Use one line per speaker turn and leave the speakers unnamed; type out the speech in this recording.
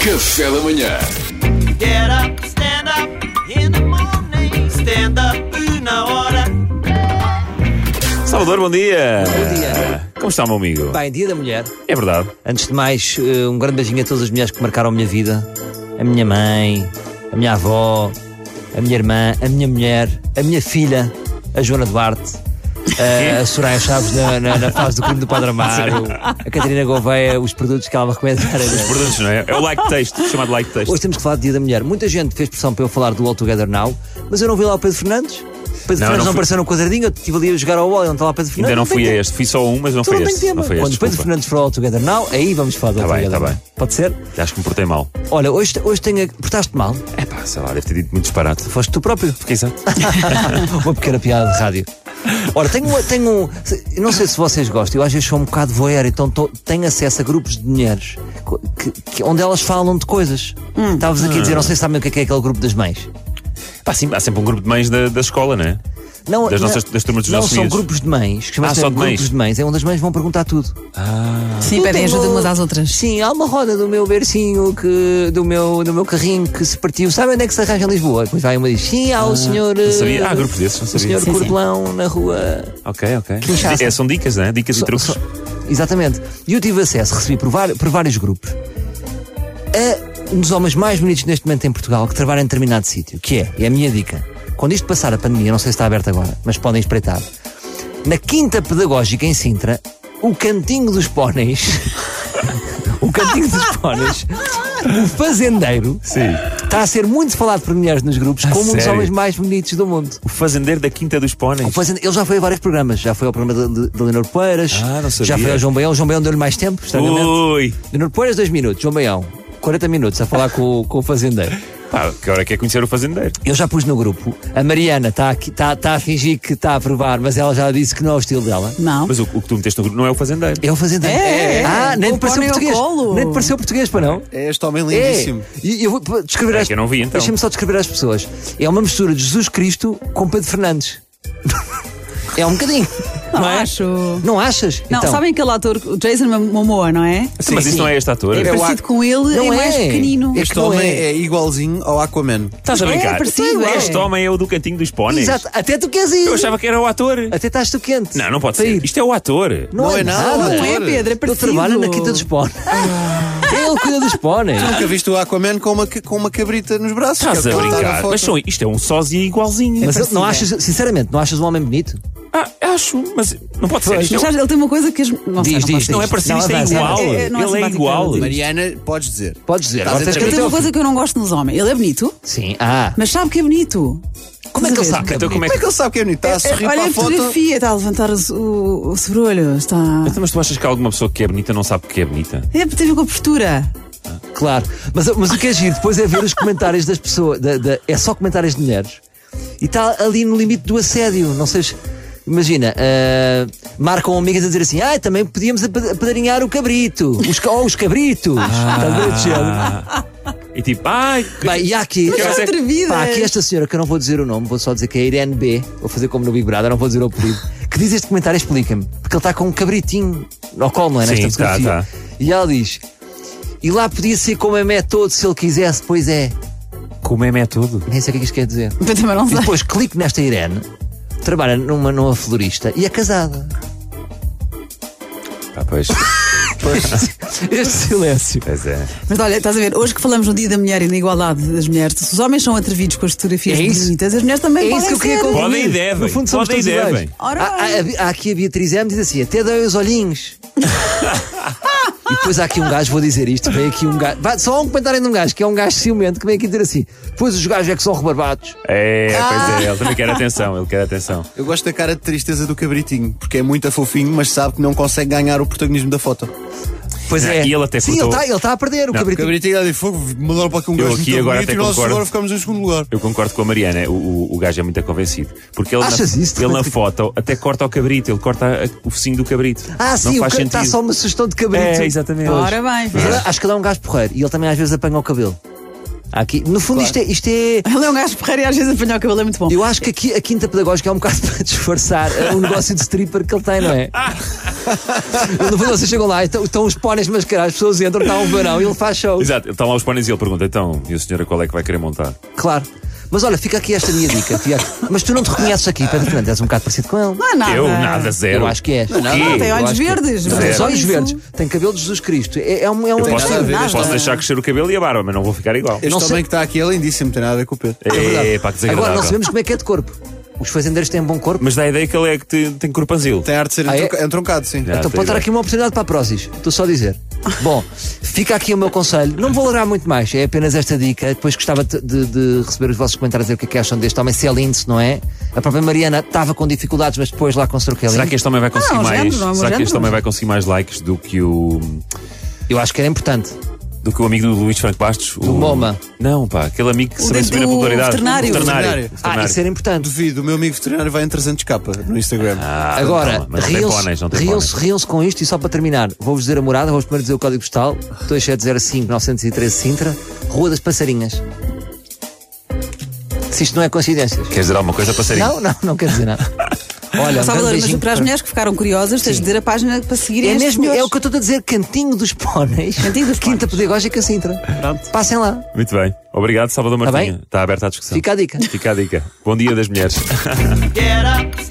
Café da manhã.
Get up, stand up in the morning. Stand up na hora.
Salvador, bom dia! Bom dia! Ah. Como está, meu amigo?
Bem, dia da mulher.
É verdade.
Antes de mais, eh, um grande beijinho a todas as mulheres que marcaram a minha vida. A minha mãe, a minha avó, a minha irmã, a minha mulher, a minha filha, a Joana Duarte. eh, a Soraya Chaves na, na- na fase do crime do Padre Amaro, a Catarina Gouveia, os produtos que ela me recomendaram.
Produtos, não é? É o like texto, chamado like texto.
Hoje temos que falar de Dia da Mulher. Muita gente fez pressão para eu falar do All Together Now, mas eu não vi lá o Pedro Fernandes. O Pedro
não
Fernandes não
fui.
apareceu no quadradinho, eu estive ali a jogar ao bola e não estava lá o Pedro Fernandes.
Ainda não
tem
fui a
tempo.
este, fui só um, mas não
Tu
foi
não tem
este.
tema.
Não foi
Quando
este.
o Pedro
desculpa.
Fernandes for All Together Now, é aí vamos falar do
Tá
All
bem,
Together
tá
Now.
bem.
Pode ser?
Acho que me portei mal.
Olha, hoje, hoje tenho a... Portaste mal?
É pá, sei lá, deve ter dito muito disparate.
Foste tu próprio.
Fiquei exato.
Uma pequena piada de rádio. Ora, tenho, uma- tenho um. se- eu Não sei se vocês gostam, eu às vezes sou um bocado voyeur, então tô- tenho acesso a grupos de mulheres co- que- que- onde elas falam de coisas. Estavas aqui a
Hum.
dizer, não sei se sabem o que é, que é aquele grupo das mães.
Pá, sim, há sempre um grupo de mães da, da escola, não é?
Não,
Das
não-
nossas- das turmas dos
Não,
nossos
são
miúdos.
grupos de mães, que
Ah,
chamam-se
só de
grupos
mães.
de mães, é onde as mães vão perguntar tudo.
Sim,
é
pedem ajuda umas às outras.
Sim, há uma roda do meu bercinho, que, do, meu, do meu carrinho que se partiu. Sabe onde é que se arranja em Lisboa? Depois vai uma e diz: Sim, há o senhor.
Ah, Não sabia.
eh,
Há grupos desses, não
o
sabia.
senhor Cordelão na rua.
Ok, ok.
Kinshasa.
É, são dicas, não é? Dicas e
Só-
truques.
só- exatamente. E eu tive acesso, recebi por, var- por vários grupos, a um dos homens mais bonitos neste momento em Portugal que trabalha em determinado sítio, que é, é a minha dica. Quando isto passar a pandemia, não sei se está aberto agora, mas podem espreitar. Na Quinta Pedagógica em Sintra, o cantinho dos póneis. o cantinho dos póneis. O fazendeiro
Sim.
está a ser muito falado por mulheres nos grupos como um dos
sério?
homens mais bonitos do mundo.
O fazendeiro da Quinta dos Póneis.
O Fazenda- ele já foi a vários programas. Já foi ao programa de- de de Leonor Poeiras.
Ah, não sabia. Uh.
Já foi ao João Baião. O João Baião deu-lhe mais tempo, estranhamente.
Ui!
Leonor Poeiras, dois minutos. João Baião, 40 minutos a falar com, o- com o fazendeiro.
Pá, que hora quer conhecer o fazendeiro?
Eu já pus no grupo. A Mariana está aqui- está- está a fingir que está a provar, mas ela já disse que não é o estilo dela.
Não.
Mas o, o que tu meteste no grupo não é o fazendeiro.
É o fazendeiro.
É, é,
ah,
é.
nem te
O
pareceu
pônei ao
português.
colo.
Nem te pareceu português, para não?
É este homem
É.
lindíssimo.
E eu vou vou descrever
É
as
que eu não vi, então.
Deixa-me só descrever às pessoas. É uma mistura de Jesus Cristo com Pedro Fernandes. é um bocadinho.
Não
é?
acho.
Não achas?
Não,
então,
sabem aquele ator, o Jason Momoa, não é?
Sim, mas isso não é este ator.
É parecido com ele,
Não
é mais
é.
pequenino.
É que
Este
não
homem
é.
é. igualzinho ao Aquaman.
Estás a
É,
brincar?
parecido, é.
este homem é o do cantinho dos póneis.
Exato, até tu queres ir.
Eu achava que era o ator.
Até estás tu quente.
Não, não pode
Para
ser.
ir.
Isto é o ator.
Não,
Não
é
é
nada.
nada.
Não é, Pedro, é
Ele
parecido.
trabalha na quinta dos póneis. Ele cuida dos póneis.
Nunca viste o Aquaman com uma, ca- com uma cabrita nos braços. que é o
Estás
que
a
ele está na
brincar.
foto.
Mas são, isto é um sósia igualzinho.
Mas ele- não
parecido,
achas, sinceramente, não achas um homem bonito?
Ah, acho, mas não pode ser.
Pois.
Isto é
Mas
um-
sabes, ele tem uma coisa que. as- Não sei,
Diz,
não posso
diz,
dizer.
Não é parecido,
Não,
isto é
avança,
igual.
avança.
É, não é
Ele é
simpático,
igual.
ele.
Mariana, podes dizer.
Podes dizer.
Estás
Agora
a
tens que
Ele
até
tem
ao
uma
fim.
coisa que eu não gosto nos homens. Ele é bonito,
Sim, ah.
mas sabe que é bonito.
Como é que ele sabe?
Então como é
Como é
que.
que ele sabe que é bonito? Está a sorrir
Olha
para
a
a foto.
fotografia, está a levantar o, o, o sobrolho, está.
Então, Mas tu achas que alguma pessoa que é bonita não sabe que é bonita?
É, tem a ver com a postura.
Claro. Mas, mas o que é giro depois é ver os comentários das pessoas. da- da- é só comentários de mulheres. E está ali no limite do assédio. Não sei. se- Imagina, ah, marcam amigas a dizer assim: ah, também podíamos apa- apadrinhar o cabrito. Os, ca- ou os cabritos.
Ah.
Estás a ver de género?
E tipo, ai,
Bem, e há aqui.
Mas são
atrevidas.
Pá, aqui esta senhora, que eu não vou dizer o nome, vou só dizer que é a Irene B. Vou fazer como no Big Brother, não vou dizer o apelido. Que diz este comentário, explica-me. Porque ele está com um cabritinho ao colo, não é? Nesta
Sim, tá,
fotografia.
tá.
E ela diz: E lá podia ser como a mé todo se ele quisesse, pois é.
como é é tudo.
Nem sei o que é que isto quer dizer.
Eu também não
E
sei.
depois clico nesta Irene, trabalha numa, numa florista e é casada.
Ah, pois,
Este silêncio.
pois é.
Mas olha, estás a ver, hoje que falamos no Dia da Mulher e na igualdade das mulheres, se os homens são atrevidos com as fotografias
É isso.
bonitas, as mulheres também
É
podem
isso que eu queria
ser.
concluir.
Podem e devem.
No fundo, somos
Podem e
todos iguais.
devem.
Ora
Há- há- há aqui a Beatriz M diz assim: até dói os olhinhos. e depois há aqui um gajo, vou dizer isto: vem aqui um gajo. Vai, só há um comentário de um gajo, que é um gajo ciumento, que vem aqui dizer assim: pois os gajos é que são rebarbados.
É, pois é, ele também
Ah.
quer atenção, ele quer atenção.
Eu gosto da cara de tristeza do cabritinho, porque é muito fofinho, mas sabe que não consegue ganhar o protagonismo da foto.
Pois
Não,
é.
Ah, e ele até
Sim,
cortou-
ele está a perder o
O
cabritinho.
cabritinho ali fogo, mandaram para aqui um
Eu
gajo
aqui
muito
agora
bonito
até
e nós
concordo.
agora ficamos em segundo lugar.
Eu concordo com a Mariana, o, o, o gajo é muito convencido. Porque ele,
Achas
na,
isso?
ele na foto até corta o cabrito, ele corta a- o focinho do cabrito.
Ah, sim,
não
o
faz
ca-
sentido.
está só uma sugestão de cabrito.
É, exatamente.
Ora bem,
Mas
vês?
Acho que ele é um gajo porreiro e ele também às vezes apanha o cabelo. Há Aqui, no fundo, isto, é, isto é.
Ele é um gajo porreiro e às vezes apanhar o cabelo, é muito bom.
Eu acho que aqui a quinta pedagógica é um bocado para disfarçar eh, o negócio de stripper que ele tem, não é? No fundo, vocês chegam lá, estão, estão os póneis mascarados, as pessoas entram, está um verão e ele faz show.
Exato, estão lá os póneis e ele pergunta: então, e a senhora qual é que vai querer montar?
Claro. Mas olha, fica aqui esta minha dica. Fica aqui. Mas tu não te reconheces aqui, Pedro Fernandes, és um bocado parecido com ele.
Não é nada.
Eu, nada, zero.
Eu acho que é. és.
O
Não,
quê?
não, tem
Eu
olhos
acho que-
verdes.
Zero.
mas é
Tem
só
olhos
isso.
verdes, tem cabelo de Jesus Cristo. É, é um. É um
Eu
Posso,
Nada a ver,
posso
nada.
deixar crescer o cabelo e a barba, mas não vou ficar igual.
Este
Não
homem
sei-
que está aqui é lindíssimo, não tem nada a ver com o Pedro.
É verdade.
É, pá, que desagradável.
Agora não sabemos como é que é de corpo. Os fazendeiros têm um bom corpo.
Mas dá a ideia que ele é que te- tem corpanzil.
Tem arte de ser
Ah, é?
entronca- entroncado, sim.
Já. tem
Então pode dar
ideia.
aqui uma oportunidade para a Prozis. Estou só a dizer. Bom, fica aqui o meu conselho. Não vou alargar muito mais, é apenas esta dica. Depois gostava de, de- de receber os vossos comentários a dizer o que é que acham deste homem, se é lindo, se não é. A própria Mariana estava com dificuldades, mas depois lá considerou que é lindo.
Será que este também vai conseguir
Não,
mais?
género, não,
será que este
género.
também vai conseguir mais likes do que o
Eu acho que era importante.
do que o amigo do Luís Franco Bastos? O
MoMA.
Não, pá, aquele amigo que
O
também
de-
subiu na
do
popularidade.
veterinário.
O veterinário.
Ah,
Ah,
Veterinário.
isso era importante.
Duvido, o meu amigo veterinário vai em 300k no Instagram.
Ah,
Agora,
não, mas não tem póneis,
riam-se
não tem póneis.
riam-se- riam-se com isto e só para terminar, vou-vos dizer a morada, vou-vos primeiro dizer o código postal 2705-913 Sintra, Rua das Passarinhas. Se isto não é coincidências.
Queres dizer alguma coisa, passarinho?
Não, não, não quer dizer nada. Olha, um grande
Salvador, mas
beijinho
para as mulheres que ficaram curiosas, tens de dizer a página para seguirem
É,
estes
mesmo, é
senhores.
o que eu estou a dizer, Cantinho dos Póneis.
Cantinho dos
Quinta Pedagógica Sintra. Passem lá,
Muito bem. Obrigado, Salvador
Tá
Martinho.
bem?
Está aberta a discussão.
fica a dica.
Fica a dica. Bom dia das mulheres.
Get up,